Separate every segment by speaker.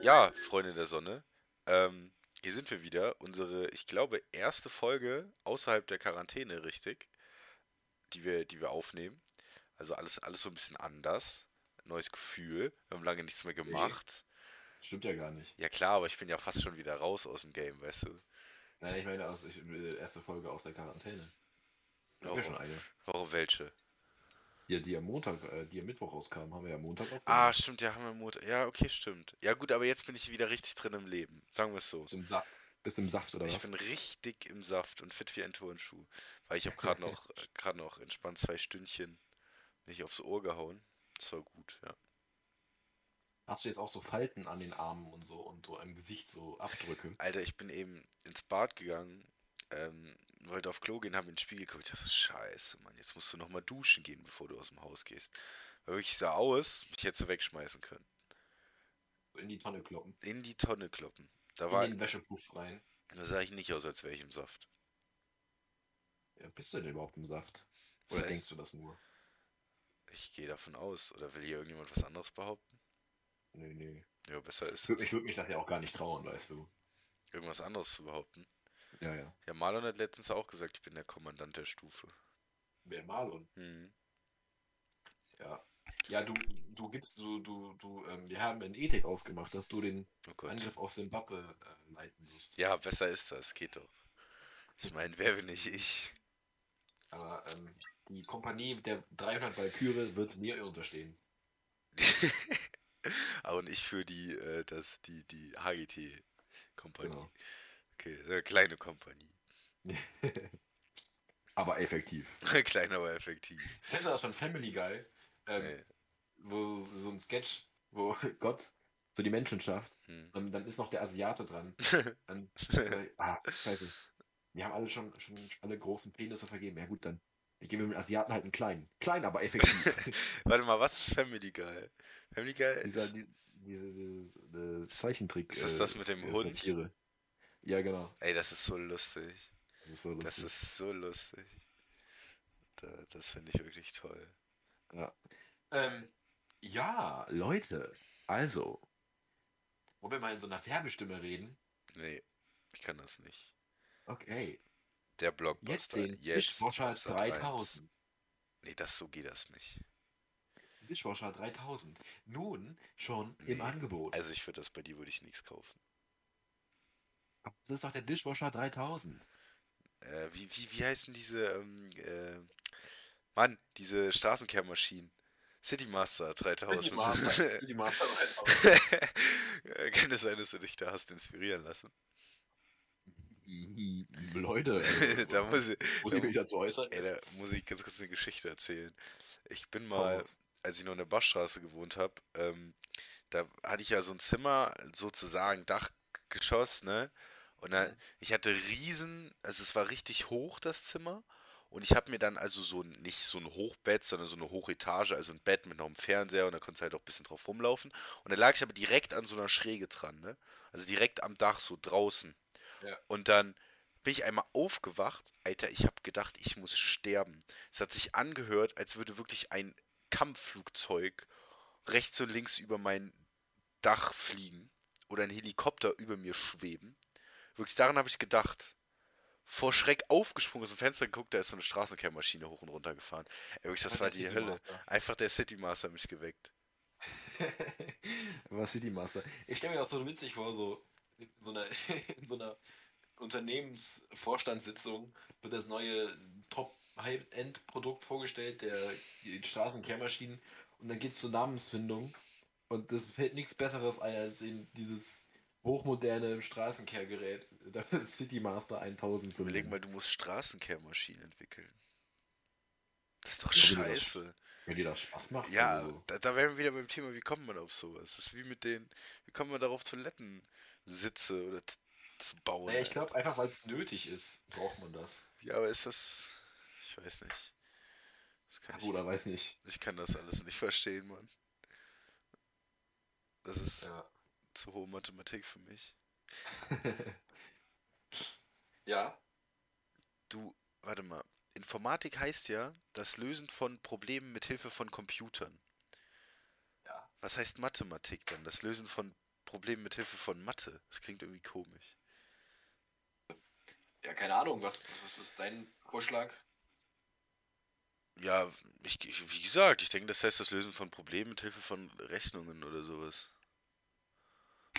Speaker 1: Ja, Freunde der Sonne. Ähm, hier sind wir wieder. Unsere, ich glaube, erste Folge außerhalb der Quarantäne, richtig? Die wir, die wir aufnehmen. Also alles, alles so ein bisschen anders. Neues Gefühl. Wir haben lange nichts mehr gemacht.
Speaker 2: Stimmt ja gar nicht.
Speaker 1: Ja klar, aber ich bin ja fast schon wieder raus aus dem Game, weißt du?
Speaker 2: Nein, ich meine, aus, ich, äh, erste Folge aus der Quarantäne. Ich hab
Speaker 1: Oh.
Speaker 2: ja schon eine.
Speaker 1: Warum welche?
Speaker 2: Die, die am Montag, äh, die am Mittwoch rauskam, haben wir ja am Montag aufgenommen.
Speaker 1: Ah, stimmt, ja, haben wir Mut. Ja, okay, stimmt. Ja gut, aber jetzt bin ich wieder richtig drin im Leben. Sagen wir es so.
Speaker 2: Bist im Saft. Bist im Saft oder
Speaker 1: Ich
Speaker 2: was?
Speaker 1: bin richtig im Saft und fit wie ein Turnschuh. Weil ich habe gerade noch, äh, gerade noch entspannt zwei Stündchen nicht aufs Ohr gehauen. Das war gut, ja.
Speaker 2: Hast du jetzt auch so Falten an den Armen und so und so im Gesicht so Abdrücke?
Speaker 1: Alter, ich bin eben ins Bad gegangen, ähm, wollte auf Klo gehen, habe in den Spiegel geguckt. Ich dachte, so, scheiße, Mann, jetzt musst du nochmal duschen gehen, bevor du aus dem Haus gehst. Weil wirklich sah aus, ich hätte sie wegschmeißen können.
Speaker 2: So in die Tonne kloppen.
Speaker 1: In die Tonne kloppen. Da war,
Speaker 2: In den Wäschepuff rein.
Speaker 1: da sah ich nicht aus, als wäre ich im Saft.
Speaker 2: Ja, bist du denn überhaupt im Saft?
Speaker 1: Das
Speaker 2: Oder
Speaker 1: heißt-
Speaker 2: denkst du das nur?
Speaker 1: Ich gehe davon aus. Oder will hier irgendjemand was anderes behaupten?
Speaker 2: Nee, nee.
Speaker 1: Ja, besser ist
Speaker 2: Ich würde
Speaker 1: es,
Speaker 2: mich, würd mich das ja auch gar nicht trauen, weißt du.
Speaker 1: irgendwas anderes zu behaupten.
Speaker 2: Ja, ja.
Speaker 1: Ja, Marlon hat letztens auch gesagt, ich bin der Kommandant der Stufe.
Speaker 2: Wer Marlon?
Speaker 1: Hm.
Speaker 2: Ja. Ja, du, du gibst, du, du, du, ähm, wir haben in Ethik ausgemacht, dass du den
Speaker 1: Oh Gott.
Speaker 2: Angriff auf Simbabwe äh, leiten wirst.
Speaker 1: Ja, besser ist das, geht doch. Ich meine, wer bin ich? Ich.
Speaker 2: Aber ähm, die Kompanie der 300 Valkyrie wird mir unterstehen.
Speaker 1: Aber nicht für die, äh, das, die, die HGT-Kompanie.
Speaker 2: Genau.
Speaker 1: Okay, äh, kleine Kompanie.
Speaker 2: Aber effektiv.
Speaker 1: Klein, aber effektiv.
Speaker 2: Kennst du das von Family Guy? Ähm,
Speaker 1: Nee.
Speaker 2: Wo so ein Sketch, wo Gott so die Menschen schafft.
Speaker 1: Hm.
Speaker 2: Und dann ist noch der Asiate dran. Dann, äh, ah, scheiße. Wir haben alle schon, schon alle großen Penisse vergeben. Ja gut, dann geben wir mit Asiaten halt einen kleinen. Klein, aber effektiv.
Speaker 1: Warte mal, was ist Family Guy? Family Guy
Speaker 2: Dieser,
Speaker 1: ist.
Speaker 2: die, diese, dieses äh, Zeichentrick.
Speaker 1: Ist das
Speaker 2: äh,
Speaker 1: das mit dem
Speaker 2: äh,
Speaker 1: Hund?
Speaker 2: Satire. Ja, genau.
Speaker 1: Ey, das ist so lustig.
Speaker 2: Das ist so lustig.
Speaker 1: Das ist so lustig. Da, das finde ich wirklich toll.
Speaker 2: Ähm, ja, Leute, also. Wollen wir mal in so einer Werbestimme reden?
Speaker 1: Nee, ich kann das nicht.
Speaker 2: Okay.
Speaker 1: Der
Speaker 2: Jetzt
Speaker 1: Blockbuster.
Speaker 2: den Dishwasher
Speaker 1: auf Sat. 1.
Speaker 2: 3000.
Speaker 1: Nee, das so geht das nicht.
Speaker 2: Dishwasher 3000. Nun schon
Speaker 1: Nee.
Speaker 2: im Angebot.
Speaker 1: Also ich würde das bei dir würde ich nichts kaufen.
Speaker 2: Das ist doch der Dishwasher 3000.
Speaker 1: Äh, wie, wie, wie heißen diese, ähm, äh, Mann, diese Straßenkehrmaschinen? City Master 3000.
Speaker 2: Die Master 3000.
Speaker 1: Äh, Kann es sein, dass du dich da hast inspirieren lassen?
Speaker 2: Mhm, Leute,
Speaker 1: da muss ich,
Speaker 2: muss ich mich dazu äußern?
Speaker 1: ey, da muss ich ganz kurz eine Geschichte erzählen. Ich bin mal,
Speaker 2: Raus.
Speaker 1: als ich noch in der Bachstraße gewohnt habe, ähm, da hatte ich ja so ein Zimmer, sozusagen Dachgeschoss, ne? Und dann,
Speaker 2: Mhm.
Speaker 1: ich hatte riesen, also es war richtig hoch, das Zimmer. Und ich habe mir dann also so ein, nicht so ein Hochbett, sondern so eine Hochetage, also ein Bett mit noch einem Fernseher und da konntest du halt auch ein bisschen drauf rumlaufen. Und da lag ich aber direkt an so einer Schräge dran, ne? Also direkt am Dach, so draußen.
Speaker 2: Ja.
Speaker 1: Und dann bin ich einmal aufgewacht, Alter, ich habe gedacht, ich muss sterben. Es hat sich angehört, als würde wirklich ein Kampfflugzeug rechts und links über mein Dach fliegen oder ein Helikopter über mir schweben. Wirklich daran habe ich gedacht. Vor Schreck aufgesprungen aus dem Fenster geguckt, da ist so eine Straßenkehrmaschine hoch und runter gefahren. Ey, wirklich, das war die
Speaker 2: City
Speaker 1: Hölle.
Speaker 2: Master.
Speaker 1: Einfach der City Master hat mich geweckt.
Speaker 2: Was City Master? Ich stelle mir das so witzig vor, so in so einer, in so einer Unternehmensvorstandssitzung wird das neue Top-High-End-Produkt vorgestellt, der die Straßenkehrmaschinen, und dann geht es zur Namensfindung und es fällt nichts Besseres ein als in dieses hochmoderne Straßenkehrgerät, das City Master 1000 zu
Speaker 1: Überleg
Speaker 2: nehmen.
Speaker 1: mal, du musst Straßenkehrmaschinen entwickeln. Das ist doch
Speaker 2: Ja, wenn du das-
Speaker 1: scheiße.
Speaker 2: Wenn dir das Spaß macht.
Speaker 1: Ja,
Speaker 2: also.
Speaker 1: da, da wären wir wieder beim Thema, wie kommt man auf sowas? Das ist wie mit den, wie kommt man darauf, Toilettensitze oder t- zu bauen?
Speaker 2: Naja, ich
Speaker 1: Alter?
Speaker 2: glaube, einfach weil es nötig ist, braucht man das.
Speaker 1: Ja, aber ist das. Ich weiß nicht. Das kann ich,
Speaker 2: Oder weiß nicht.
Speaker 1: ich kann das alles nicht verstehen, Mann. Das ist
Speaker 2: Ja.
Speaker 1: zu hohe Mathematik für mich.
Speaker 2: ja.
Speaker 1: Du, warte mal. Informatik heißt ja das Lösen von Problemen mit Hilfe von Computern.
Speaker 2: Ja.
Speaker 1: Was heißt Mathematik dann? Das Lösen von Problem mit Hilfe von Mathe. Das klingt irgendwie komisch.
Speaker 2: Ja, keine Ahnung, was, was ist dein Vorschlag?
Speaker 1: Ja, ich, ich, wie gesagt, ich denke, das heißt das Lösen von Problemen mit Hilfe von Rechnungen oder sowas.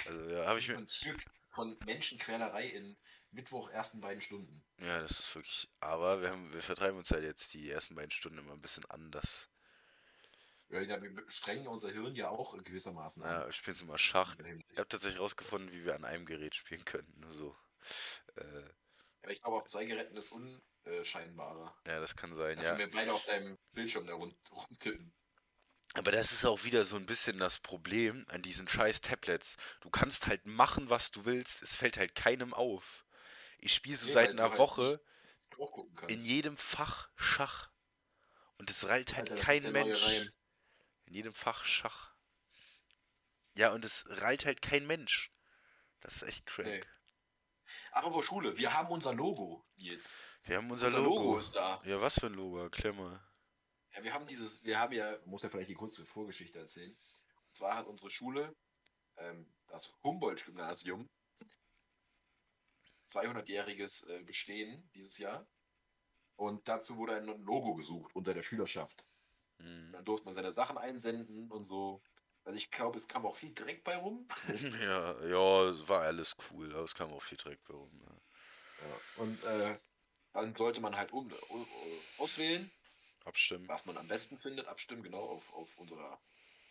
Speaker 1: Also, ja, habe ich mir.
Speaker 2: Ein Stück von Menschenquälerei in Mittwoch ersten beiden Stunden.
Speaker 1: Ja, das ist wirklich. Aber wir, haben, wir vertreiben uns halt jetzt die ersten beiden Stunden immer ein bisschen anders.
Speaker 2: Ja, ja, wir strengen unser Hirn ja auch gewissermaßen an.
Speaker 1: Ja, spielen Sie mal Schach. Ich habe tatsächlich rausgefunden, wie wir an einem Gerät spielen könnten. Nur so. Äh,
Speaker 2: Aber ich glaube, auf zwei Geräten ist unscheinbarer.
Speaker 1: ja, das kann sein,
Speaker 2: Dass
Speaker 1: ja.
Speaker 2: wir beide auf deinem Bildschirm da rund, rumtippen.
Speaker 1: Aber das ist auch wieder so ein bisschen das Problem an diesen scheiß Tablets. Du kannst halt machen, was du willst. Es fällt halt keinem auf. Ich spiele so
Speaker 2: Nee,
Speaker 1: seit
Speaker 2: weil du
Speaker 1: einer
Speaker 2: halt
Speaker 1: Woche
Speaker 2: Auch gucken kannst.
Speaker 1: in jedem Fach Schach. Und es reilt halt
Speaker 2: Alter, das ist
Speaker 1: kein
Speaker 2: der neue
Speaker 1: Mensch.
Speaker 2: Reim.
Speaker 1: In jedem Fach Schach. Ja, und es reilt halt kein Mensch. Das ist echt crank.
Speaker 2: Nee. Apropos Schule, wir haben unser Logo, Nils.
Speaker 1: Wir haben unser, Logo.
Speaker 2: ist da.
Speaker 1: Ja, was für ein Logo? Erklär mal.
Speaker 2: Ja, wir haben dieses, wir haben ja, muss ja vielleicht die kurze Vorgeschichte erzählen. Und zwar hat unsere Schule, ähm, das Humboldt-Gymnasium, 200-jähriges äh, Bestehen dieses Jahr. Und dazu wurde ein Logo gesucht unter der Schülerschaft. Und
Speaker 1: Mhm.
Speaker 2: dann durfte man seine Sachen einsenden und so. Also ich glaube, es kam auch viel Dreck bei rum.
Speaker 1: ja, ja, es war alles cool, aber es kam auch viel Dreck bei rum. Ja.
Speaker 2: Ja. Und äh, dann sollte man halt um, um, auswählen,
Speaker 1: Abstimmen.
Speaker 2: was man am besten findet, abstimmen, genau, auf, auf unserer,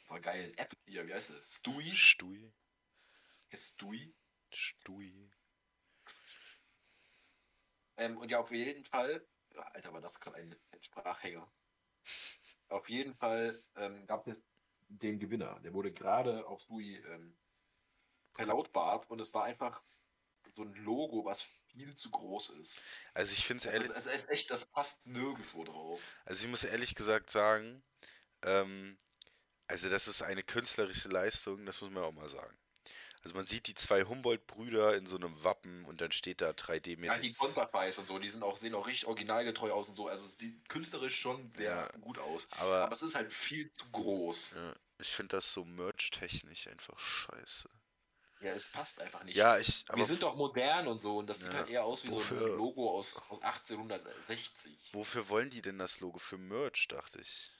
Speaker 2: unserer geilen App hier, wie heißt sie? Stui?
Speaker 1: Stui.
Speaker 2: Ist Stui?
Speaker 1: Stui.
Speaker 2: Ähm, und ja, auf jeden Fall, Ah, Alter, war das gerade ein, ein Sprachhänger. Auf jeden Fall ähm, gab es jetzt den Gewinner. Der wurde gerade auf Sui ähm, verlautbart und es war einfach so ein Logo, was viel zu groß ist.
Speaker 1: Also ich finde es
Speaker 2: Es
Speaker 1: ehrlich.
Speaker 2: ist, es ist echt, das passt nirgendwo drauf.
Speaker 1: Also ich muss ehrlich gesagt sagen, ähm, also das ist eine künstlerische Leistung, das muss man auch mal sagen. Also man sieht die zwei Humboldt-Brüder in so einem Wappen und dann steht da
Speaker 2: Ja, Halt die
Speaker 1: 3D-mäßig.
Speaker 2: Konterfeis und so, die sind auch, sehen auch richtig originalgetreu aus und so. Also es sieht künstlerisch schon sehr
Speaker 1: Ja.
Speaker 2: gut aus.
Speaker 1: aber
Speaker 2: Aber es ist halt viel zu groß.
Speaker 1: ja, ich finde das so merch-technisch einfach scheiße.
Speaker 2: Ja, es passt einfach nicht.
Speaker 1: Ja, ich, aber
Speaker 2: wir sind doch modern und so und das sieht
Speaker 1: Ja.
Speaker 2: halt eher aus wie so
Speaker 1: Wofür?
Speaker 2: ein Logo aus, aus 1860.
Speaker 1: wofür wollen die denn das Logo für Merch, dachte ich.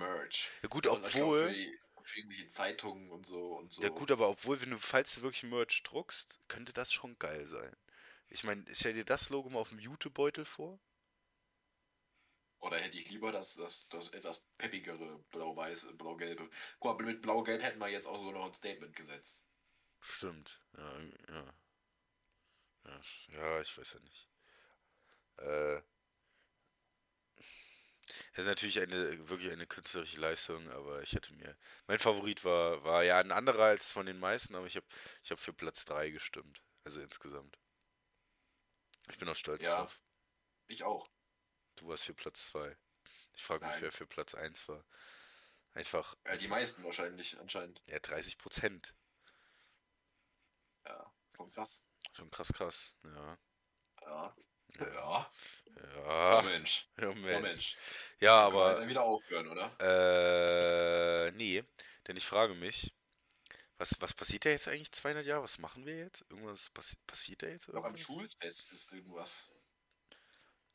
Speaker 2: Merch.
Speaker 1: Ja gut,
Speaker 2: Und ich glaub, Für,
Speaker 1: obwohl,
Speaker 2: die, für irgendwelche Zeitungen und so und so.
Speaker 1: ja gut, aber obwohl, wenn du, falls du wirklich Merch druckst, könnte das schon geil sein. Ich meine, stell dir das Logo mal auf dem Jutebeutel vor.
Speaker 2: Oder hätte ich lieber das, das, das etwas peppigere Blau-Weiß, äh, Blau-Gelbe. Guck mal, mit Blau-Gelb hätten wir jetzt auch so noch ein Statement gesetzt.
Speaker 1: Stimmt. Ja, irgendwie- ja. Ja, sch- ja ich weiß ja nicht. Äh, das ist natürlich eine wirklich eine künstlerische Leistung, aber ich hätte mir. Mein Favorit war, war ja ein anderer als von den meisten, aber ich habe ich hab für Platz 3 gestimmt. Also insgesamt. Ich bin auch stolz
Speaker 2: Ja.
Speaker 1: drauf.
Speaker 2: Ich auch.
Speaker 1: Du warst für Platz 2. Ich frage mich,
Speaker 2: Nein.
Speaker 1: wer für Platz 1 war. Einfach.
Speaker 2: Ja, die meisten wahrscheinlich anscheinend.
Speaker 1: Ja, 30 Prozent.
Speaker 2: Ja. Schon krass.
Speaker 1: Schon krass, krass. Ja.
Speaker 2: Ja.
Speaker 1: Ja.
Speaker 2: Ja. Oh,
Speaker 1: Ja.
Speaker 2: Mensch.
Speaker 1: Ja,
Speaker 2: Oh, Mensch.
Speaker 1: Mensch. Ja,
Speaker 2: Können wir
Speaker 1: aber.
Speaker 2: dann wieder aufhören, oder?
Speaker 1: Äh, nee, denn ich frage mich, was, was passiert da jetzt eigentlich 200 Jahre? Was machen wir jetzt? Irgendwas passi passiert da jetzt?
Speaker 2: Aber am
Speaker 1: irgendwas?
Speaker 2: Schulfest ist irgendwas.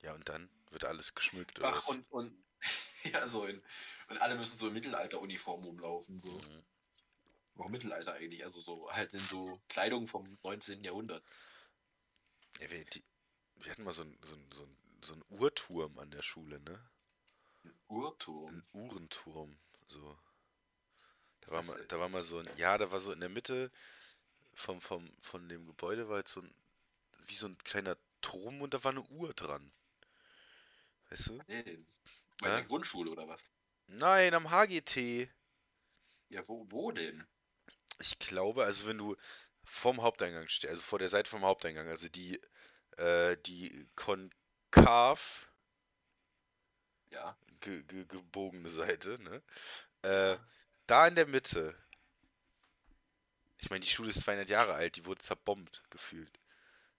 Speaker 1: Ja, und dann wird alles geschmückt oder
Speaker 2: Ach,
Speaker 1: was?
Speaker 2: und, und, ja, so in, und alle müssen so in Mittelalter-Uniform rumlaufen. So.
Speaker 1: Mhm.
Speaker 2: Auch Mittelalter eigentlich, also so halt in so Kleidung vom 19. Jahrhundert.
Speaker 1: Ja, wir, die, wir hatten mal so einen so ein- so ein, so ein Uhrturm an der Schule, ne?
Speaker 2: Ein Uhrturm.
Speaker 1: Ein Uhrenturm. So. Da
Speaker 2: Was
Speaker 1: war,
Speaker 2: ist
Speaker 1: mal,
Speaker 2: das
Speaker 1: da war mal so ein, ja, da war so in der Mitte vom, vom, von dem Gebäude war jetzt so ein, wie so ein kleiner Turm und da war eine Uhr dran. Weißt du?
Speaker 2: denn? Bei
Speaker 1: Hä?
Speaker 2: der Grundschule oder was?
Speaker 1: Nein, am HGT.
Speaker 2: Ja, wo, wo denn?
Speaker 1: Ich glaube, also wenn du vorm Haupteingang stehst, also vor der Seite vom Haupteingang, also die, äh, die konkav
Speaker 2: Ja.
Speaker 1: ge ge gebogene Seite, ne? Äh, da in der Mitte. Ich meine, die Schule ist 200 Jahre alt, die wurde zerbombt, gefühlt.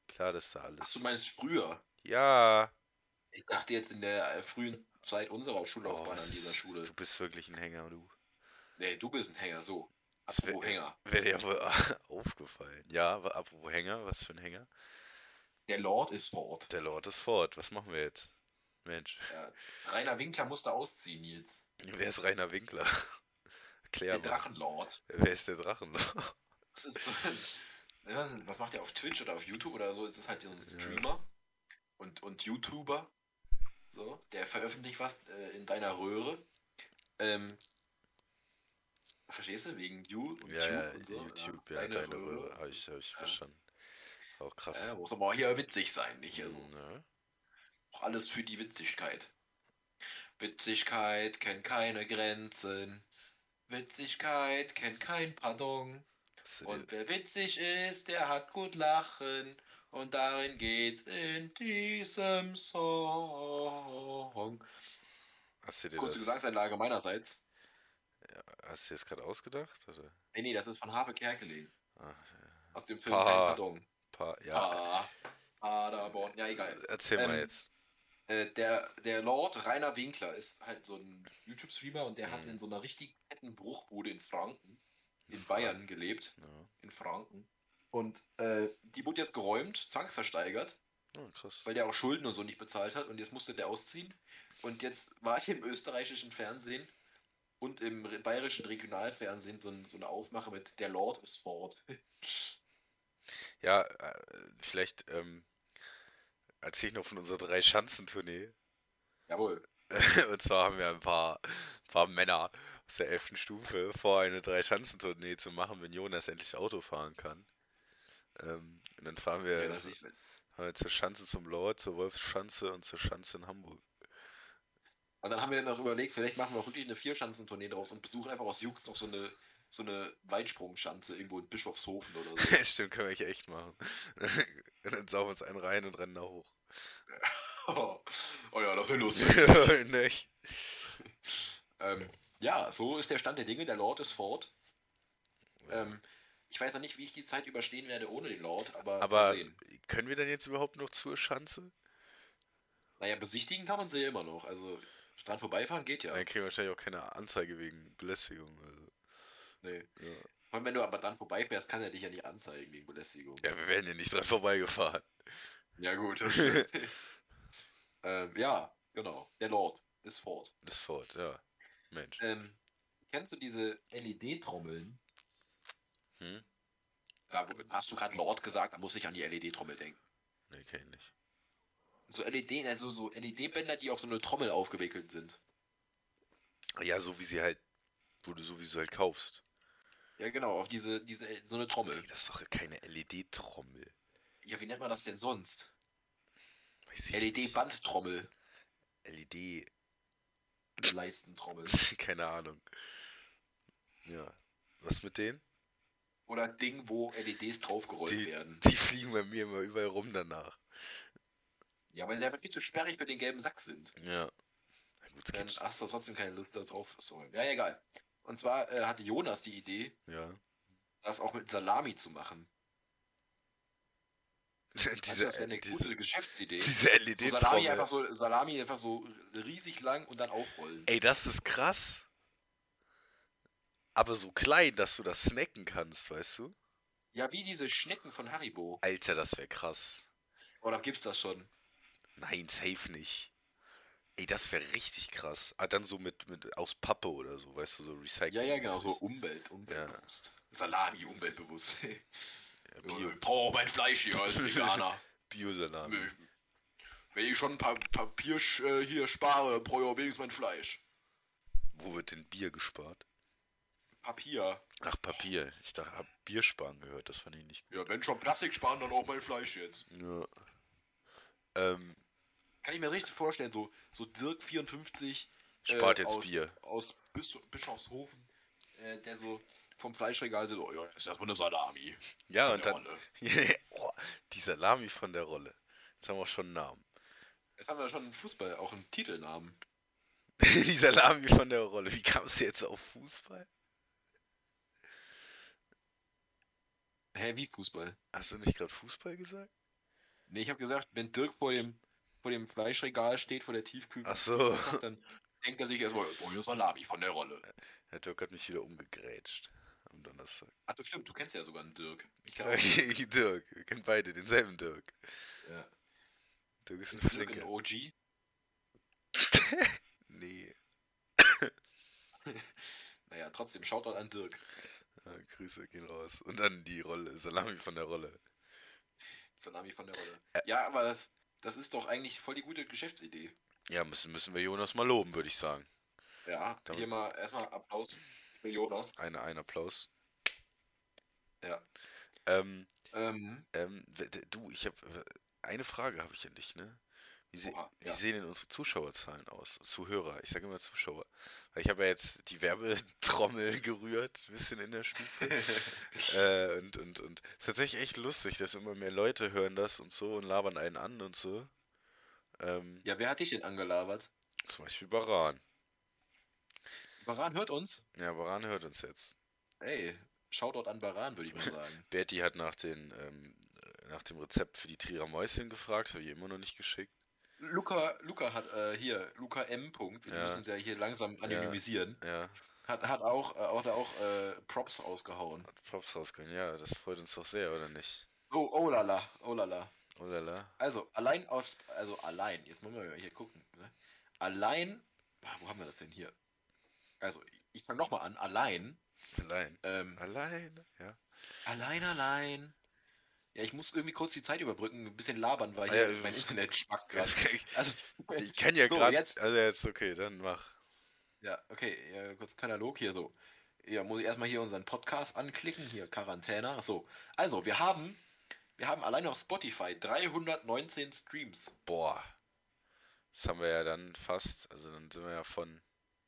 Speaker 1: Klar, dass da
Speaker 2: Ach, du
Speaker 1: alles.
Speaker 2: meinst früher.
Speaker 1: Ja.
Speaker 2: Ich dachte jetzt in der äh, frühen Zeit unserer
Speaker 1: Oh,
Speaker 2: Schullaufbahn an
Speaker 1: was
Speaker 2: dieser
Speaker 1: ist,
Speaker 2: Schule.
Speaker 1: du bist wirklich ein Hänger, du.
Speaker 2: Nee, du bist ein Hänger, so.
Speaker 1: Das wär-
Speaker 2: Apropos Hänger.
Speaker 1: Wäre dir ja wohl aufgefallen. Ja, wa- apropos Hänger, was für ein Hänger?
Speaker 2: Der Lord ist fort.
Speaker 1: Der Lord ist fort. Was machen wir jetzt? Mensch,
Speaker 2: Rainer Winkler musste ausziehen jetzt.
Speaker 1: wer ist Rainer Winkler? Erklär
Speaker 2: Der
Speaker 1: mal.
Speaker 2: Drachenlord.
Speaker 1: Wer ist der Drachenlord?
Speaker 2: Das ist so ein, Ich weiß nicht, was macht der auf Twitch oder auf YouTube oder so? Es ist halt so ein Streamer und, und YouTuber. So, der veröffentlicht was äh, in deiner Röhre. Ähm, verstehst du? Wegen You und
Speaker 1: Ja, ja,
Speaker 2: und so.
Speaker 1: YouTube, ja, deine Röhre. Habe ich, hab ich
Speaker 2: Ja.
Speaker 1: verstanden. Auch krass.
Speaker 2: Ja, muss aber auch hier witzig sein, nicht? Also,
Speaker 1: Ne?
Speaker 2: auch alles für die Witzigkeit. Witzigkeit kennt keine Grenzen. Witzigkeit kennt kein Pardon.
Speaker 1: Hast du dir,
Speaker 2: Und wer witzig ist, der hat gut lachen. Und darin geht's in diesem Song.
Speaker 1: hast du dir
Speaker 2: Kurze
Speaker 1: das,
Speaker 2: Gesangseinlage meinerseits.
Speaker 1: hast du dir das gerade ausgedacht? Oder?
Speaker 2: Nee, nee, das ist von Harpe Kerkeling.
Speaker 1: Ah,
Speaker 2: Aus dem Film
Speaker 1: Pa.
Speaker 2: Kein Pardon.
Speaker 1: paar, ja.
Speaker 2: Ja. Paderborn. Ah, Ja, egal.
Speaker 1: Erzähl mal
Speaker 2: Ähm,
Speaker 1: jetzt.
Speaker 2: Äh, der, der Lord Rainer Winkler ist halt so ein YouTube-Streamer und der hat
Speaker 1: Mhm.
Speaker 2: in so einer richtig fetten Bruchbude in Franken, in
Speaker 1: Fra-
Speaker 2: Bayern gelebt.
Speaker 1: Ja.
Speaker 2: In Franken. Und äh, die wurde jetzt geräumt, zwangsversteigert.
Speaker 1: Ah, krass.
Speaker 2: weil der auch Schulden und so nicht bezahlt hat und jetzt musste der ausziehen. Und jetzt war ich im österreichischen Fernsehen und im re- bayerischen Regionalfernsehen so, ein, so eine Aufmache mit Der Lord ist fort.
Speaker 1: Ja, äh, vielleicht ähm, erzähle ich noch von unserer Drei-Schanzentournee.
Speaker 2: Jawohl.
Speaker 1: Und zwar haben wir ein paar, paar Männer aus der 11. Stufe vor, eine Drei-Schanzentournee zu machen, wenn Jonas endlich Auto fahren kann. Ähm, und dann fahren wir,
Speaker 2: Ja, das ist-
Speaker 1: fahren wir zur Schanze zum Lord, zur Wolfsschanze und zur Schanze in Hamburg.
Speaker 2: Und dann haben wir noch überlegt, vielleicht machen wir auch wirklich eine Vierschanzentournee draus und besuchen einfach aus Jux noch so eine, so eine Weitsprungschanze irgendwo in Bischofshofen oder so.
Speaker 1: Stimmt, können wir echt- echt machen. Und dann saugen wir uns einen rein und rennen da hoch.
Speaker 2: oh, ja, das wäre lustig.
Speaker 1: Nicht?
Speaker 2: ähm, ja, so ist der Stand der Dinge. Der Lord ist fort. Ähm, ich weiß noch nicht, wie ich die Zeit überstehen werde ohne den Lord, aber,
Speaker 1: Aber
Speaker 2: mal sehen.
Speaker 1: können wir dann jetzt überhaupt noch zur Schanze?
Speaker 2: Naja, besichtigen kann man sie ja immer noch. Also dran vorbeifahren geht ja.
Speaker 1: Dann kriegen wir wahrscheinlich auch keine Anzeige wegen Belästigung. Also.
Speaker 2: Nee.
Speaker 1: Ja.
Speaker 2: Vor allem, wenn du aber dran vorbeifährst, kann er dich ja nicht anzeigen wegen Belästigung.
Speaker 1: Ja, wir werden ja nicht dran vorbeigefahren.
Speaker 2: Ja, gut. das stimmt. ähm, ja, genau. Der Lord ist fort.
Speaker 1: Das fort, ja. Mensch.
Speaker 2: Ähm, kennst du diese E LED-Trommeln?
Speaker 1: Hm?
Speaker 2: Da wo- hast du gerade Lord gesagt, da muss ich an die LED-Trommel denken.
Speaker 1: Nee, kenn ich nicht.
Speaker 2: So LED, also so LED-Bänder, die auf so eine Trommel aufgewickelt sind.
Speaker 1: Ja, so wie sie halt, wo du sowieso halt kaufst.
Speaker 2: Ja, genau, auf diese, diese, so eine
Speaker 1: Nee,
Speaker 2: Trommel.
Speaker 1: das ist doch keine E LED-Trommel.
Speaker 2: Ja, wie nennt man das denn sonst?
Speaker 1: Weiß ich
Speaker 2: E
Speaker 1: nicht. E
Speaker 2: LED-Bandtrommel,
Speaker 1: LED,
Speaker 2: Leistentrommel.
Speaker 1: keine Ahnung. Ja. Was mit denen?
Speaker 2: Oder Ding, wo LEDs draufgerollt
Speaker 1: Die-
Speaker 2: werden.
Speaker 1: Die fliegen bei mir immer überall rum danach.
Speaker 2: Ja, weil sie einfach viel zu sperrig für den gelben Sack sind.
Speaker 1: Ja. Na gut, es
Speaker 2: Dann
Speaker 1: gibt.
Speaker 2: hast du trotzdem keine Lust darauf. Ja, egal. Und zwar äh, hatte Jonas die Idee,
Speaker 1: Ja.
Speaker 2: das auch mit Salami zu machen. Weißt du,
Speaker 1: diese äh,
Speaker 2: das wäre eine
Speaker 1: diese,
Speaker 2: gute Geschäftsidee.
Speaker 1: diese E
Speaker 2: so Salami,
Speaker 1: LED-Trommel.
Speaker 2: einfach so, Salami einfach so riesig lang und dann aufrollen.
Speaker 1: Ey, das ist krass. Aber so klein, dass du das snacken kannst, weißt du?
Speaker 2: Ja, wie diese Schnecken von Haribo.
Speaker 1: Alter, das wäre krass.
Speaker 2: Oder gibt's das schon?
Speaker 1: Nein, safe nicht. Ey, das wäre richtig krass. Ah, dann so mit, mit aus Pappe oder so, weißt du, so Recycling.
Speaker 2: Ja, ja, genau. So Umwelt,
Speaker 1: Ja.
Speaker 2: umweltbewusst. Salami, umweltbewusst.
Speaker 1: Ja, Äh, Bio-
Speaker 2: Ich brauche mein Fleisch hier als Veganer.
Speaker 1: Bio-Salami.
Speaker 2: Nö. Wenn ich schon pa Papier sch- äh, hier spare, brauche ich auch wenigstens mein Fleisch.
Speaker 1: Wo wird denn Bier gespart?
Speaker 2: Papier.
Speaker 1: Ach, Papier. Ich dachte, hab Bier sparen gehört, das fand ich nicht
Speaker 2: Ja, wenn schon Plastik sparen, dann auch mein Fleisch jetzt.
Speaker 1: gut. Ja. Ähm,
Speaker 2: Kann ich mir richtig vorstellen, so, so Dirk 54 Äh,
Speaker 1: spart jetzt
Speaker 2: aus-
Speaker 1: Bier.
Speaker 2: aus Bis Bischofshofen, äh, der so vom Fleischregal so, oh ja, ist erstmal eine Salami.
Speaker 1: Ja,
Speaker 2: Von
Speaker 1: und
Speaker 2: der
Speaker 1: dann.
Speaker 2: Rolle.
Speaker 1: oh, die Salami von der Rolle. Jetzt haben wir schon einen Namen.
Speaker 2: Jetzt haben wir schon einen Fußball, auch einen Titelnamen.
Speaker 1: die Salami von der Rolle. Wie kamst du jetzt auf Fußball?
Speaker 2: Hä, wie Fußball?
Speaker 1: Hast du nicht gerade Fußball gesagt?
Speaker 2: Nee, ich habe gesagt, wenn Dirk vor dem, vor dem Fleischregal steht, vor der Tiefkühlung,
Speaker 1: Ach so.
Speaker 2: dann denkt er sich erstmal, oh ja, Salami von der Rolle.
Speaker 1: Herr Dirk hat mich wieder umgegrätscht. am Donnerstag.
Speaker 2: Ach, du stimmt, du kennst ja sogar einen Dirk. Ich glaub, äh,
Speaker 1: Okay, Dirk, wir kennen beide denselben Dirk.
Speaker 2: ja.
Speaker 1: Dirk ist ein
Speaker 2: Ist Dirk ein
Speaker 1: Flinker.
Speaker 2: OG?
Speaker 1: Nee,
Speaker 2: Naja, trotzdem, Shoutout an Dirk.
Speaker 1: ja, Ah, Grüße gehen raus. Und dann die Rolle, Salami von der Rolle.
Speaker 2: Salami von der Rolle. Ja, aber das, das ist doch eigentlich voll die gute Geschäftsidee.
Speaker 1: Ja, müssen, müssen wir Jonas mal loben, würde ich sagen.
Speaker 2: Ja,
Speaker 1: Damit-
Speaker 2: hier mal erstmal Applaus für Jonas.
Speaker 1: Eine, ein Applaus.
Speaker 2: Ja.
Speaker 1: Ähm,
Speaker 2: Ähm,
Speaker 1: ähm, w- d- du, ich habe eine Frage habe ich an dich, ne? Wie, se
Speaker 2: oha,
Speaker 1: wie
Speaker 2: ja.
Speaker 1: sehen denn unsere Zuschauerzahlen aus? Zuhörer, ich sage immer Zuschauer. Weil ich habe ja jetzt die Werbetrommel gerührt, ein bisschen in der Stufe. Äh, und, und, und. Ist tatsächlich echt lustig, dass immer mehr Leute hören das und so und labern einen an und so. Ähm,
Speaker 2: ja, wer hat dich denn angelabert?
Speaker 1: Zum Beispiel Baran.
Speaker 2: Baran hört uns.
Speaker 1: Ja, Baran hört uns jetzt.
Speaker 2: Ey, Shoutout an Baran, würde ich mal sagen.
Speaker 1: Berti hat nach, den, ähm, nach dem Rezept für die Trierer Mäuschen gefragt, habe ich immer noch nicht geschickt.
Speaker 2: Luca, Luca hat äh, hier, Luca M. Punkt, wir
Speaker 1: Ja.
Speaker 2: müssen uns ja hier langsam anonymisieren,
Speaker 1: Ja,
Speaker 2: hat, hat auch, äh, auch, hat auch äh, Props rausgehauen.
Speaker 1: hat Props rausgehauen. Ja, das freut uns doch sehr, oder nicht?
Speaker 2: Oh, oh lala, oh lala.
Speaker 1: Oh lala.
Speaker 2: Also, allein aus, also allein, jetzt müssen wir mal hier gucken. Ne? Allein, ah, wo haben wir das denn hier? Also, ich fange nochmal an, allein,
Speaker 1: Allein.
Speaker 2: ähm,
Speaker 1: Allein? Ja.
Speaker 2: allein, allein. Ja, ich muss irgendwie kurz die Zeit überbrücken, ein bisschen labern, weil
Speaker 1: Ah ja,
Speaker 2: hier mein
Speaker 1: das-
Speaker 2: Internet spackt gerade.
Speaker 1: Das kann ich,
Speaker 2: Also,
Speaker 1: ich kann ja
Speaker 2: So,
Speaker 1: gerade.
Speaker 2: jetzt-
Speaker 1: Also jetzt, okay, dann mach.
Speaker 2: Ja, okay, ja, kurz Katalog hier so. Ja, muss ich erstmal hier unseren Podcast anklicken, hier Quarantäne. Ach so. Also, wir haben, wir haben allein auf Spotify 319 Streams.
Speaker 1: Boah. Das haben wir ja dann fast. Also dann sind wir ja von.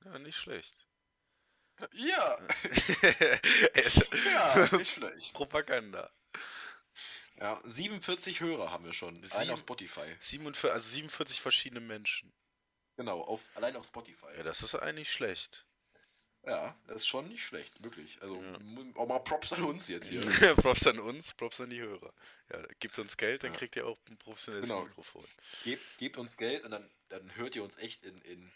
Speaker 1: Ja, nicht schlecht.
Speaker 2: Ja,
Speaker 1: Es-
Speaker 2: ja, nicht schlecht.
Speaker 1: Propaganda.
Speaker 2: Ja, 47 Hörer haben wir schon, allein
Speaker 1: Sieben-
Speaker 2: auf Spotify.
Speaker 1: 47, also 47 verschiedene Menschen.
Speaker 2: Genau, auf, allein auf Spotify.
Speaker 1: Ja, das ist eigentlich schlecht.
Speaker 2: Ja, das ist schon nicht schlecht, wirklich. Also,
Speaker 1: Ja.
Speaker 2: mu- auch mal Props an uns jetzt hier.
Speaker 1: props an uns, Props an die Hörer. Ja, gebt uns Geld, dann
Speaker 2: Ja.
Speaker 1: kriegt ihr auch ein professionelles
Speaker 2: Genau.
Speaker 1: Mikrofon.
Speaker 2: Gebt, gebt uns Geld und dann, dann hört ihr uns echt in, in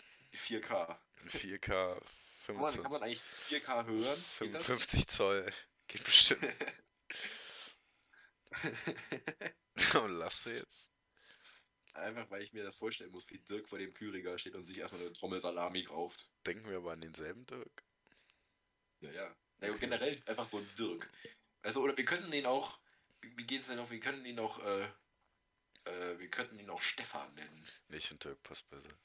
Speaker 2: 4K.
Speaker 1: In 4K,
Speaker 2: Kann man, kann man
Speaker 1: 25,
Speaker 2: eigentlich 4K hören? Geht das?
Speaker 1: 55 Zoll. Geht bestimmt. Und lasst ihr jetzt.
Speaker 2: Einfach weil ich mir das vorstellen muss, wie Dirk vor dem Kühlregal steht und sich erstmal eine Trommelsalami kauft.
Speaker 1: Denken wir aber an denselben Dirk.
Speaker 2: Ja, ja. Na, ja,
Speaker 1: Okay.
Speaker 2: Generell einfach so ein Dirk. Also, oder wir könnten ihn auch. Wie wie geht's denn noch? Wir könnten ihn auch. Äh, äh, wir könnten ihn auch Stefan nennen.
Speaker 1: Nee, ich und Dirk passt besser.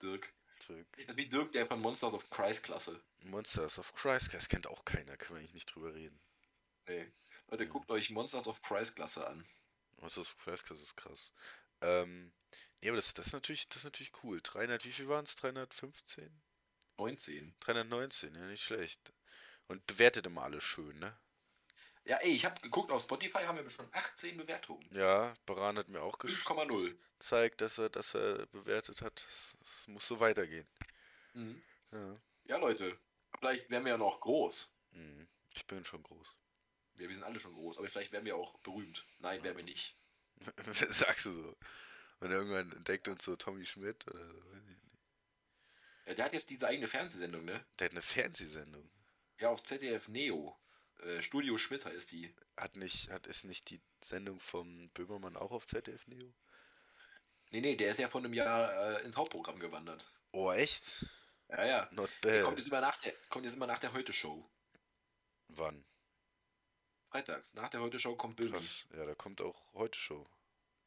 Speaker 2: Dirk.
Speaker 1: Dirk.
Speaker 2: Das ist wie Dirk, der von Monsters of Christ Klasse.
Speaker 1: Monsters of Christ, das kennt auch keiner, können wir eigentlich nicht drüber reden.
Speaker 2: Nee. Leute,
Speaker 1: Ja.
Speaker 2: guckt euch Monsters of Christ Klasse an.
Speaker 1: Monsters of Christ, das ist krass. Ähm, nee, aber das, das, ist natürlich, das ist natürlich cool. 300, wie viel waren es? 315?
Speaker 2: 19.
Speaker 1: 319, ja, nicht schlecht. Und bewertet immer alle schön, ne?
Speaker 2: Ja, ey, ich hab geguckt, auf Spotify haben wir schon 18 Bewertungen.
Speaker 1: Ja, Baran hat mir auch gesch-
Speaker 2: 5,0.
Speaker 1: gezeigt, dass er, dass er bewertet hat. Es, es muss so weitergehen.
Speaker 2: Mhm.
Speaker 1: Ja.
Speaker 2: Ja, Leute. Vielleicht werden wir ja noch groß.
Speaker 1: Mhm. Ich bin schon groß.
Speaker 2: Ja, wir sind alle schon groß, aber vielleicht werden wir auch berühmt. Nein, werden wir nicht.
Speaker 1: Sagst du so. Und irgendwann entdeckt uns so Tommy Schmidt oder so. weiß ich nicht.
Speaker 2: Ja, der hat jetzt diese eigene Fernsehsendung, ne?
Speaker 1: Der hat eine Fernsehsendung.
Speaker 2: Ja, auf ZDF Neo. Äh, Studio Schmitter ist die.
Speaker 1: Hat nicht, hat, ist nicht die Sendung vom Böhmermann auch auf ZDF Neo?
Speaker 2: Nee, nee, der ist ja vor einem Jahr äh, ins Hauptprogramm gewandert.
Speaker 1: Oh, echt?
Speaker 2: Ja, ja.
Speaker 1: Not
Speaker 2: Der kommt, jetzt
Speaker 1: bad.
Speaker 2: immer nach der, kommt jetzt immer nach der Heute-Show.
Speaker 1: Wann?
Speaker 2: Freitags. Nach der Heute-Show kommt Böhmi.
Speaker 1: Krass. Ja, da kommt auch heute Show.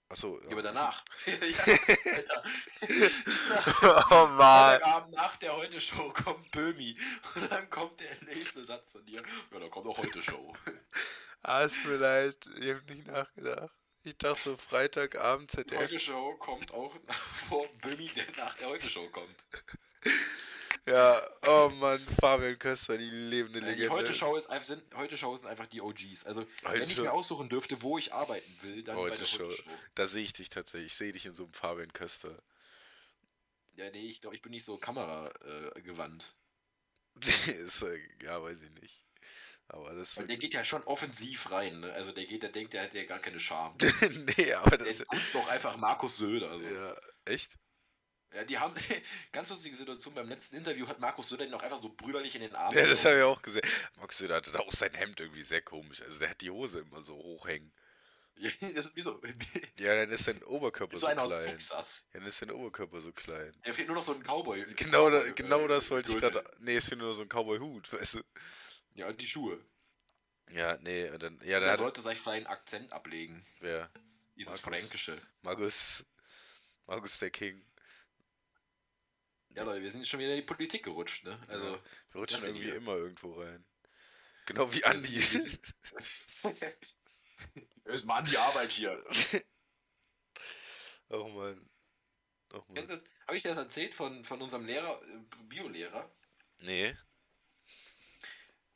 Speaker 1: Achso.
Speaker 2: Ja, aber danach. ja, Alter.
Speaker 1: oh Mann.
Speaker 2: Freitagabend nach der Heute-Show kommt Böhmi. Und dann kommt der nächste Satz von dir. Ja, dann kommt auch Heute-Show.
Speaker 1: Ah, es mir leid, ich habe nicht nachgedacht. Ich dachte so Freitagabend ZDF.
Speaker 2: Heute-Show kommt auch vor Böhmi, der nach der Heute-Show kommt.
Speaker 1: Ja, oh Mann, Fabian Köster, die lebende
Speaker 2: Ja, Äh, Die
Speaker 1: Legende.
Speaker 2: heute Show, ist, einfach- sind, heute Show sind einfach die OGs. Also,
Speaker 1: Heute
Speaker 2: wenn ich
Speaker 1: Show.
Speaker 2: mir aussuchen dürfte, wo ich arbeiten will, dann bei
Speaker 1: Heute
Speaker 2: der Heute Show.
Speaker 1: Show. Da sehe ich dich tatsächlich. Ich sehe dich in so einem Fabian Köster.
Speaker 2: Ja, nee, ich glaube, ich bin nicht so kameragewandt. Äh, gewandt.
Speaker 1: ist, äh, ja, weiß ich nicht. Aber das
Speaker 2: Weil der
Speaker 1: wird.
Speaker 2: geht ja schon offensiv rein. Ne? Also, der geht, der denkt, der hat ja gar keine Charme.
Speaker 1: nee, aber
Speaker 2: Der
Speaker 1: das.
Speaker 2: ist doch einfach Markus Söder. Also.
Speaker 1: Ja, echt?
Speaker 2: Ja, die haben, ganz lustige Situation, beim letzten Interview hat Markus Söder ihn auch einfach so brüderlich in den Arm.
Speaker 1: Ja, das
Speaker 2: genommen.
Speaker 1: habe ich auch gesehen. Max Söder hatte da auch sein Hemd irgendwie sehr komisch. Also der hat die Hose immer so hochhängen.
Speaker 2: Ja, das ist wie so, wie
Speaker 1: Ja, dann ist sein Oberkörper
Speaker 2: so
Speaker 1: so
Speaker 2: einer
Speaker 1: klein.
Speaker 2: aus
Speaker 1: Ja,
Speaker 2: Texas.
Speaker 1: dann ist sein Oberkörper so klein.
Speaker 2: Der fehlt nur noch so ein Cowboy.
Speaker 1: Genau, da,
Speaker 2: Cowboy,
Speaker 1: genau
Speaker 2: äh,
Speaker 1: das wollte ich
Speaker 2: Gürtel.
Speaker 1: gerade. Nee, es fehlt nur so ein Cowboy-Hut, weißt du?
Speaker 2: Ja, und die Schuhe.
Speaker 1: Ja, nee, und dann. Ja,
Speaker 2: er
Speaker 1: dann hat
Speaker 2: sollte sich seinen Akzent ablegen.
Speaker 1: wer? Markus.
Speaker 2: Dieses Fränkische.
Speaker 1: Markus. Markus der King.
Speaker 2: Ja, Leute, wir sind jetzt schon wieder in die Politik gerutscht, ne? Also,
Speaker 1: Wir rutschen
Speaker 2: Das sind
Speaker 1: irgendwie
Speaker 2: wir.
Speaker 1: immer irgendwo rein. Genau wie
Speaker 2: Das
Speaker 1: Andi.
Speaker 2: sind wir, die ist mal an die Arbeit hier.
Speaker 1: oh Mann. Oh Mann.
Speaker 2: Habe ich dir das erzählt von, von unserem Lehrer, äh, Biolehrer?
Speaker 1: Nee.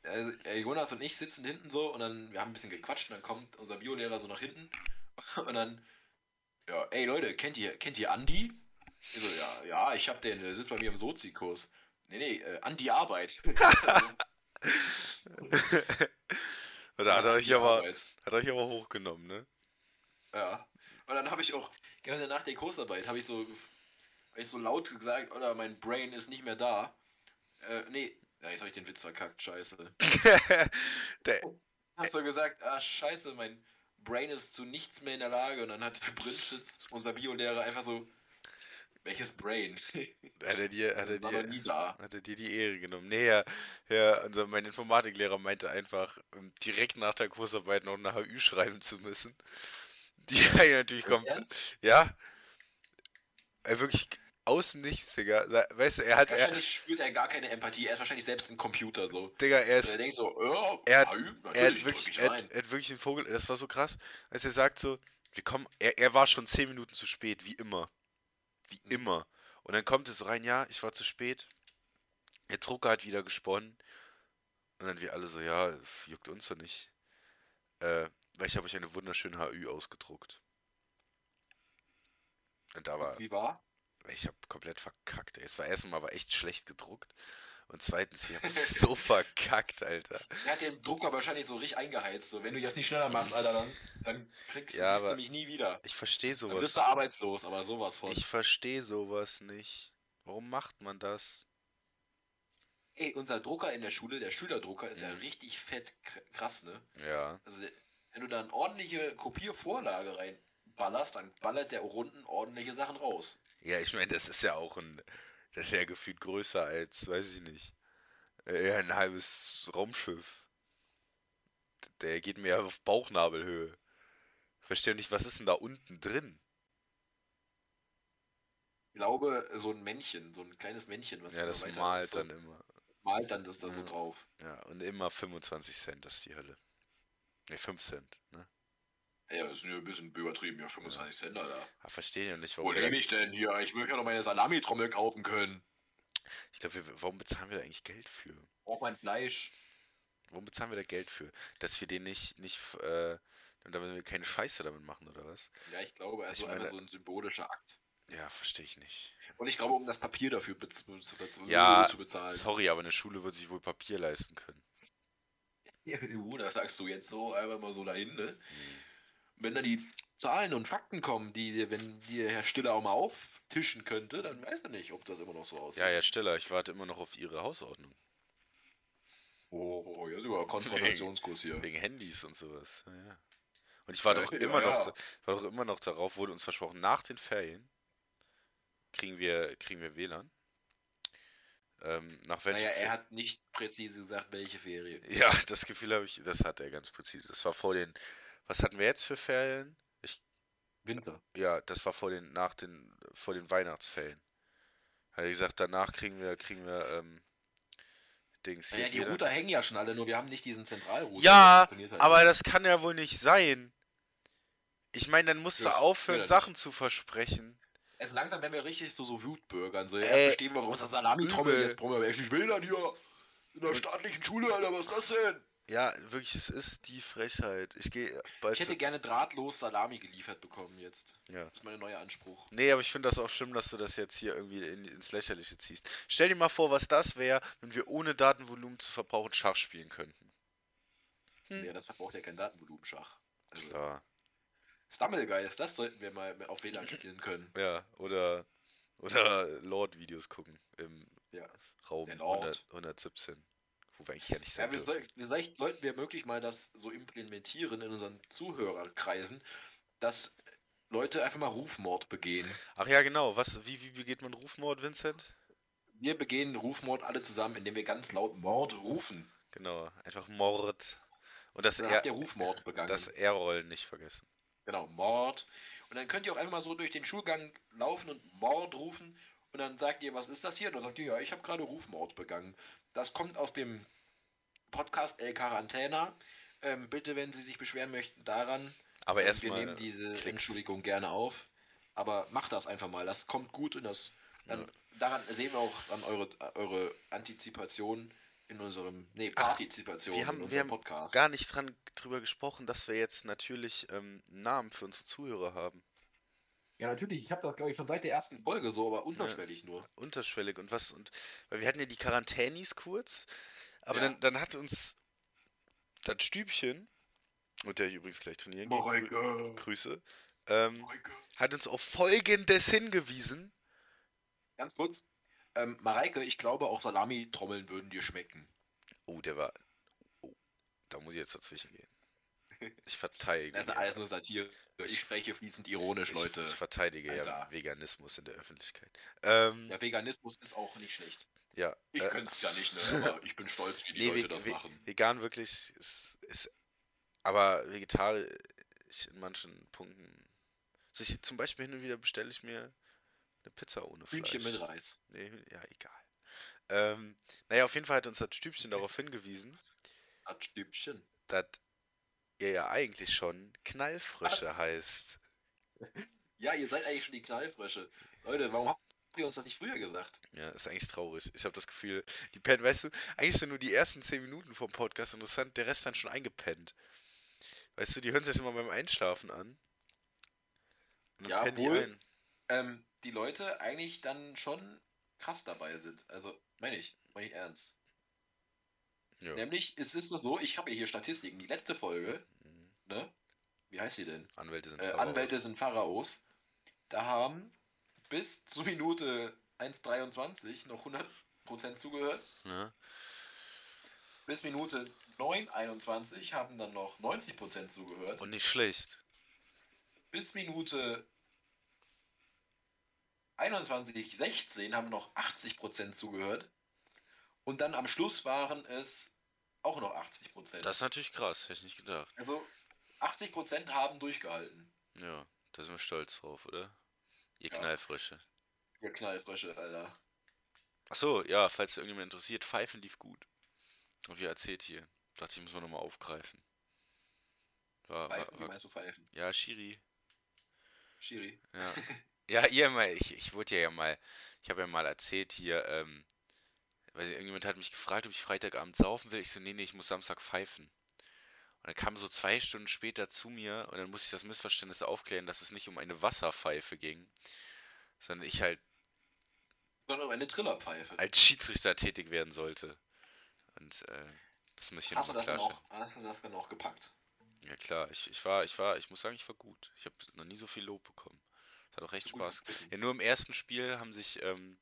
Speaker 2: Also, äh, Jonas und ich sitzen hinten so und dann, wir haben ein bisschen gequatscht und dann kommt unser Biolehrer so nach hinten und dann, ja, ey Leute, kennt ihr, kennt ihr Andi? Ich so, ja, ja, ich hab den, der sitzt bei mir im Sozi-Kurs. Nee, nee, äh, Andi Arbeit.
Speaker 1: Da hat er euch
Speaker 2: Andi
Speaker 1: aber,
Speaker 2: Arbeit.
Speaker 1: hat er euch aber hochgenommen, ne?
Speaker 2: Ja. Und dann habe ich auch, gerade nach der Kursarbeit, habe ich so gef- hab ich so laut gesagt, oder mein Brain ist nicht mehr da. Äh, nee, ja, jetzt habe ich den Witz verkackt, scheiße.
Speaker 1: der, Äh.
Speaker 2: Hast so gesagt, ah, scheiße, mein Brain ist zu nichts mehr in der Lage. Und dann hat der Brinschitz, unser Biolehrer, einfach so, welches Brain?
Speaker 1: hat er dir, hat er
Speaker 2: Das war noch
Speaker 1: dir,
Speaker 2: nie da.
Speaker 1: hat er dir die Ehre genommen. Nee, ja, ja unser, mein Informatiklehrer meinte einfach, ähm, direkt nach der Kursarbeit noch eine HÜ schreiben zu müssen. Die habe ich natürlich komplett.
Speaker 2: Ernst?
Speaker 1: Ja. Er wirklich aus dem Nichts, Digga. Sa- Weißt du, er hat, er,
Speaker 2: Wahrscheinlich spürt er gar keine Empathie. Er ist wahrscheinlich selbst ein Computer so.
Speaker 1: Digga, er
Speaker 2: Und
Speaker 1: ist
Speaker 2: er denkt so, oh,
Speaker 1: Er hat-
Speaker 2: ah,
Speaker 1: er
Speaker 2: natürlich
Speaker 1: hat
Speaker 2: drück
Speaker 1: wirklich,
Speaker 2: ich
Speaker 1: er hat,
Speaker 2: rein.
Speaker 1: er hat wirklich den Vogel, das war so krass, als er sagt so, wir kommen, er, er war schon 10 Minuten zu spät, wie immer. Wie
Speaker 2: Mhm.
Speaker 1: immer. Und dann kommt es so rein, ja, ich war zu spät. Der Drucker hat wieder gesponnen. Und dann wir alle so, ja, f- juckt uns doch nicht. Äh, weil ich habe euch eine wunderschöne HÜ ausgedruckt. Und da war,
Speaker 2: Wie war?
Speaker 1: ich habe komplett verkackt. Ey. Es war erstmal aber echt schlecht gedruckt. Und zweitens, ich habe so verkackt, Alter.
Speaker 2: Er hat den Drucker wahrscheinlich so richtig eingeheizt. So, wenn du jetzt nicht schneller machst, Alter, dann, dann kriegst
Speaker 1: Ja,
Speaker 2: siehst du
Speaker 1: aber-
Speaker 2: mich nie wieder.
Speaker 1: Ich verstehe
Speaker 2: Dann
Speaker 1: sowas.
Speaker 2: bist du arbeitslos, aber sowas von.
Speaker 1: Ich verstehe sowas nicht. Warum macht man das?
Speaker 2: Ey, unser Drucker in der Schule, der Schülerdrucker, ist ja
Speaker 1: Mhm.
Speaker 2: richtig fett kr- krass, ne?
Speaker 1: Ja.
Speaker 2: Also, der- wenn du da eine ordentliche Kopiervorlage reinballerst, dann ballert der unten ordentliche Sachen raus.
Speaker 1: Ja, ich meine, das ist ja auch ein. Das ist ja gefühlt größer als, weiß ich nicht. äh, Eher ein halbes Raumschiff. Der geht mir ja auf Bauchnabelhöhe. Verstehe nicht, was ist denn da unten drin?
Speaker 2: Ich glaube, so ein Männchen, so ein kleines Männchen, was
Speaker 1: Ja,
Speaker 2: da
Speaker 1: das
Speaker 2: weiter-
Speaker 1: malt
Speaker 2: so,
Speaker 1: dann immer.
Speaker 2: malt dann das da so
Speaker 1: Ja.
Speaker 2: drauf.
Speaker 1: Ja, und immer 25 Cent, das ist die Hölle. Ne, 5 Cent, ne?
Speaker 2: Ja, das ist ein bisschen übertrieben, ja, 25 Cent, Alter.
Speaker 1: Ah, verstehe ja nicht,
Speaker 2: Wo
Speaker 1: warum wir
Speaker 2: nehme ich denn hier? Ich möchte ja noch meine Salamitrommel kaufen können.
Speaker 1: da, Ich glaube, wir- warum bezahlen wir da eigentlich Geld für?
Speaker 2: Braucht mein Fleisch.
Speaker 1: Warum bezahlen wir da Geld für? Dass wir den nicht, nicht, äh, damit wir keine Scheiße damit machen, oder was?
Speaker 2: Ja, ich glaube,
Speaker 1: Ich
Speaker 2: also
Speaker 1: meine-
Speaker 2: einfach so ein symbolischer Akt.
Speaker 1: Ja, verstehe ich nicht.
Speaker 2: Und ich glaube, um das Papier dafür bez- zu, bez-
Speaker 1: Ja,
Speaker 2: zu bezahlen.
Speaker 1: Sorry, aber eine Schule wird sich wohl Papier leisten können.
Speaker 2: Uh, das sagst du jetzt so einfach mal so dahin, ne? Wenn da die Zahlen und Fakten kommen, die, dir- wenn die der Herr Stiller auch mal auftischen könnte, dann weiß er nicht, ob das immer noch so aussieht.
Speaker 1: Ja, Herr Stiller, ich warte immer noch auf Ihre Hausordnung.
Speaker 2: Oh, oh, oh, hier ist sogar Konfrontationskurs hier.
Speaker 1: Wegen Handys und sowas. Ja, ja. Und ich warte
Speaker 2: Ja,
Speaker 1: auch
Speaker 2: ja,
Speaker 1: immer noch,
Speaker 2: ja.
Speaker 1: ich warte auch immer noch darauf, wurde uns versprochen, nach den Ferien kriegen wir, kriegen wir WLAN. Ähm, nach welchen
Speaker 2: Naja, er
Speaker 1: Fer-
Speaker 2: hat nicht präzise gesagt, welche Ferie.
Speaker 1: Ja, das Gefühl habe ich, das hat er ganz präzise. Das war vor den, was hatten wir jetzt für Ferien?
Speaker 2: Winter.
Speaker 1: Ja, das war vor den, nach den, vor den Weihnachtsfällen. Hat er gesagt, danach kriegen wir, kriegen wir, ähm, Dings
Speaker 2: Naja,
Speaker 1: hier
Speaker 2: die
Speaker 1: wieder.
Speaker 2: Router hängen ja schon alle, nur wir haben nicht diesen Zentralrouter.
Speaker 1: Ja,
Speaker 2: das funktioniert halt
Speaker 1: Aber das kann ja wohl nicht sein. Ich meine, dann musst du
Speaker 2: Ja, das
Speaker 1: aufhören,
Speaker 2: will er
Speaker 1: Sachen zu versprechen.
Speaker 2: Also langsam werden wir richtig so, so Wutbürgern. So, ja,
Speaker 1: Ey,
Speaker 2: verstehen wir, warum ist das Salamitrommel
Speaker 1: Äh. übel.
Speaker 2: jetzt brummen? Aber echt, ich will dann hier in der staatlichen Schule, Alter, was ist das denn?
Speaker 1: Ja, wirklich, es ist die Frechheit. Ich gehe bald
Speaker 2: Ich hätte
Speaker 1: zu...
Speaker 2: gerne drahtlos Salami geliefert bekommen jetzt.
Speaker 1: Ja.
Speaker 2: Das ist mein neuer Anspruch.
Speaker 1: Nee, aber ich finde das auch schlimm, dass du das jetzt hier irgendwie in, ins Lächerliche ziehst. Stell dir mal vor, was das wäre, wenn wir ohne Datenvolumen zu verbrauchen Schach spielen könnten. Hm.
Speaker 2: Ja, das verbraucht ja kein Datenvolumenschach. Also,
Speaker 1: Klar.
Speaker 2: Stumblegeist, das sollten wir mal auf WLAN spielen können.
Speaker 1: Ja, oder Oder Lord-Videos gucken im
Speaker 2: Ja.
Speaker 1: Raum
Speaker 2: Der Lord.
Speaker 1: 100, 117. Wo wir eigentlich ja nicht sein
Speaker 2: Ja, wir soll,
Speaker 1: dürfen.
Speaker 2: wir soll- sollten wir möglich mal das so implementieren in unseren Zuhörerkreisen, dass Leute einfach mal Rufmord begehen.
Speaker 1: Ach ja, genau. Was, wie, wie begeht man Rufmord, Vincent?
Speaker 2: Wir begehen Rufmord alle zusammen, indem wir ganz laut Mord rufen.
Speaker 1: Genau, einfach Mord. Und das
Speaker 2: Dann habt ihr
Speaker 1: R-
Speaker 2: Rufmord begangen.
Speaker 1: das R-Rollen nicht vergessen.
Speaker 2: Genau, Mord. Und dann könnt ihr auch einfach mal so durch den Schulgang laufen und Mord rufen. Und dann sagt ihr, was ist das hier? Und dann sagt ihr, ja, ich habe gerade Rufmord begangen. Das kommt aus dem Podcast El Quarantena. Ähm, bitte, wenn Sie sich beschweren möchten, daran.
Speaker 1: Aber
Speaker 2: Ähm, Wir
Speaker 1: erstmal
Speaker 2: nehmen diese
Speaker 1: Klicks.
Speaker 2: Entschuldigung gerne auf. Aber macht das einfach mal. Das kommt gut und das. Dann,
Speaker 1: Ja.
Speaker 2: Daran sehen wir auch an eure, eure Antizipation in unserem. Nee,
Speaker 1: Ach,
Speaker 2: Partizipation
Speaker 1: wir haben-
Speaker 2: in
Speaker 1: wir
Speaker 2: unserem
Speaker 1: haben
Speaker 2: Podcast.
Speaker 1: gar nicht dran drüber gesprochen, dass wir jetzt natürlich ähm, einen Namen für unsere Zuhörer haben.
Speaker 2: Ja, natürlich. Ich habe das, glaube ich, schon seit der ersten Folge so, aber unterschwellig nur.
Speaker 1: unterschwellig und was und weil wir hatten ja die Quarantänis kurz, aber
Speaker 2: Ja.
Speaker 1: dann, dann hat uns das Stübchen und der hier übrigens gleich trainieren geht, grü
Speaker 2: Mareike.
Speaker 1: Grüße, ähm, hat uns auf Folgendes hingewiesen.
Speaker 2: Ganz kurz. Ähm, Mareike, ich glaube, auch Salami-Trommeln würden dir schmecken.
Speaker 1: Oh, der war, oh, da muss ich jetzt dazwischen gehen. Ich verteidige,
Speaker 2: Das ist alles nur Satire. Ich spreche fließend ironisch,
Speaker 1: ich,
Speaker 2: Leute.
Speaker 1: ich verteidige ja
Speaker 2: Alter.
Speaker 1: Veganismus in der Öffentlichkeit. Ähm,
Speaker 2: Der Veganismus ist auch nicht schlecht.
Speaker 1: ja,
Speaker 2: Ich
Speaker 1: äh,
Speaker 2: könnte es ja nicht, ne? aber ich bin stolz, wie die
Speaker 1: Nee,
Speaker 2: Leute
Speaker 1: we-
Speaker 2: das
Speaker 1: we-
Speaker 2: machen.
Speaker 1: vegan wirklich ist, ist aber vegetarisch in manchen Punkten. So ich, zum Beispiel hin und wieder bestelle ich mir eine Pizza ohne Fleisch.
Speaker 2: Hühnchen mit Reis.
Speaker 1: Nee, Hüh- ja, egal. Ähm, naja, auf jeden Fall hat uns das Stübchen darauf hingewiesen,
Speaker 2: Das Stübchen.
Speaker 1: dass ihr ja eigentlich schon Knallfrische heißt.
Speaker 2: Ja, ihr seid eigentlich schon die Knallfrösche. Leute, warum habt ihr uns das nicht früher gesagt?
Speaker 1: Ja, ist eigentlich traurig. Ich habe das Gefühl, die pennen, weißt du, eigentlich sind nur die ersten 10 Minuten vom Podcast interessant, der Rest dann schon eingepennt. Weißt du, die hören sich immer beim Einschlafen an. Und dann
Speaker 2: Ja,
Speaker 1: pennen die
Speaker 2: wohl.
Speaker 1: ein.
Speaker 2: Ähm, die Leute eigentlich dann schon krass dabei sind. Also, meine ich, meine ich ernst.
Speaker 1: Ja.
Speaker 2: Nämlich, es ist nur so, ich habe ja hier Statistiken. Die letzte Folge,
Speaker 1: Mhm.
Speaker 2: ne? Wie heißt sie denn?
Speaker 1: Anwälte sind
Speaker 2: äh,
Speaker 1: Pharaos.
Speaker 2: Anwälte sind Pharaos. Da haben bis zur Minute 1,23 noch 100% zugehört.
Speaker 1: Ne?
Speaker 2: Bis Minute 9,21 haben dann noch 90% zugehört.
Speaker 1: Und nicht schlecht.
Speaker 2: bis Minute 21,16 haben noch 80% zugehört. Und dann am Schluss waren es auch noch 80%.
Speaker 1: Das ist natürlich krass, hätte ich nicht gedacht.
Speaker 2: also 80% haben durchgehalten.
Speaker 1: Ja, da sind wir stolz drauf, oder? Ihr
Speaker 2: Ja.
Speaker 1: Knallfrische.
Speaker 2: Ihr Knallfrösche, Alter.
Speaker 1: Achso, ja, falls irgendjemand interessiert, Pfeifen lief gut. Und wie erzählt hier. Dachte ich, muss man nochmal aufgreifen. War,
Speaker 2: Pfeifen,
Speaker 1: war,
Speaker 2: wie
Speaker 1: war,
Speaker 2: meinst du pfeifen?
Speaker 1: ja, Shiri.
Speaker 2: Schiri.
Speaker 1: Ja. Ja, ihr mal, ich, ich wurde ja mal, ich habe ja mal erzählt hier, ähm, weil irgendjemand hat mich gefragt, ob ich Freitagabend saufen will. Ich so, nee, nee, ich muss Samstag pfeifen. Und dann kam so zwei Stunden später zu mir und dann musste ich das Missverständnis aufklären, dass es nicht um eine Wasserpfeife ging, sondern ich halt
Speaker 2: Sondern auch eine Trillerpfeife.
Speaker 1: als Schiedsrichter tätig werden sollte. Und äh, das muss ich hier
Speaker 2: Hast du,
Speaker 1: nochmal
Speaker 2: das dann
Speaker 1: klarstellen.
Speaker 2: auch, hast du das dann auch gepackt?
Speaker 1: Ja klar, ich, ich war, ich war, ich muss sagen, ich war gut. Ich habe noch nie so viel Lob bekommen. Es hat auch
Speaker 2: Hast
Speaker 1: recht
Speaker 2: du gut
Speaker 1: Spaß
Speaker 2: gespielt?
Speaker 1: Ja, nur im ersten Spiel haben sich, ähm,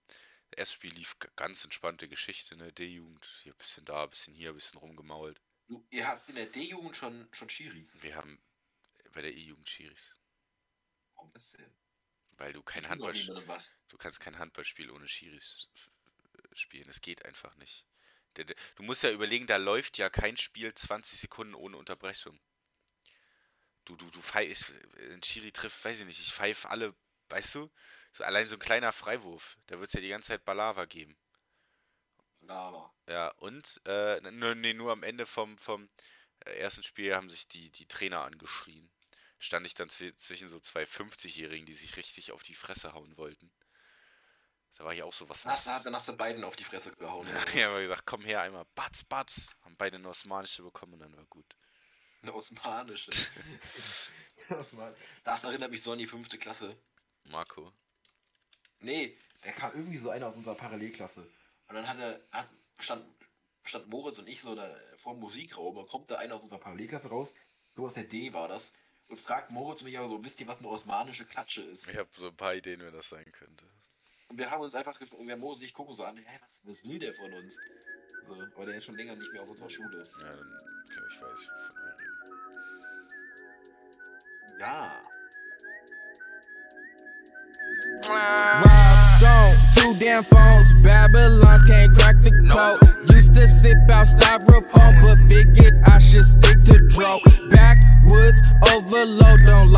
Speaker 1: das erste Spiel lief g- ganz entspannte Geschichte, ne? D-Jugend, hier ein bisschen da, ein bisschen hier, ein bisschen rumgemault.
Speaker 2: Du, ihr habt in der D-Jugend schon, schon Schiris.
Speaker 1: Wir haben bei der E-Jugend Schiris,
Speaker 2: Warum das denn?
Speaker 1: weil du kein
Speaker 2: Ich bin doch
Speaker 1: Handball,
Speaker 2: niemandem was.
Speaker 1: du kannst kein Handballspiel ohne Schiris f- f- spielen. Es geht einfach nicht. Der, der, du musst ja überlegen, da läuft ja kein Spiel 20 Sekunden ohne Unterbrechung. Du, du, du pfeifst, ein Schiri trifft, weiß ich nicht, ich pfeife alle, weißt du? So, allein so ein kleiner Freiwurf, da wird es ja die ganze Zeit Balava geben.
Speaker 2: Lama.
Speaker 1: Ja, und äh, n- n- nee, nur am Ende vom, vom äh, ersten Spiel haben sich die, die Trainer angeschrien. Stand ich dann zwi- zwischen so zwei 50-Jährigen, die sich richtig auf die Fresse hauen wollten. Da war ich auch so, was
Speaker 2: Hast,
Speaker 1: was?
Speaker 2: dann hast du beiden auf die Fresse gehauen.
Speaker 1: Ja, haben wir gesagt, komm her einmal, batz, batz. Haben beide eine osmanische bekommen und dann war gut.
Speaker 2: Eine osmanische. Osman- das erinnert mich so an die fünfte Klasse.
Speaker 1: Marco.
Speaker 2: Nee, da kam irgendwie so einer aus unserer Parallelklasse. Und dann hat er, hat, stand, stand Moritz und ich so da vor dem Musikraum. Und kommt da einer aus unserer Parallelklasse raus. So aus der D war das. Und fragt Moritz mich aber so, wisst ihr, was eine osmanische Klatsche ist?
Speaker 1: Ich habe so ein paar Ideen, wer das sein könnte.
Speaker 2: Und wir haben uns einfach gefragt, und wir haben Mose und ich gucken so an, hä, was, was will der von uns? So, aber der ist schon länger nicht mehr auf unserer Schule.
Speaker 1: Ja, dann, okay, ich weiß, von wir reden.
Speaker 2: Ja.
Speaker 3: Rob Stone, two damn phones. Babylons can't crack the code. Used to sip out styrofoam, but figured I should stick to dro. Backwoods overload, don't like.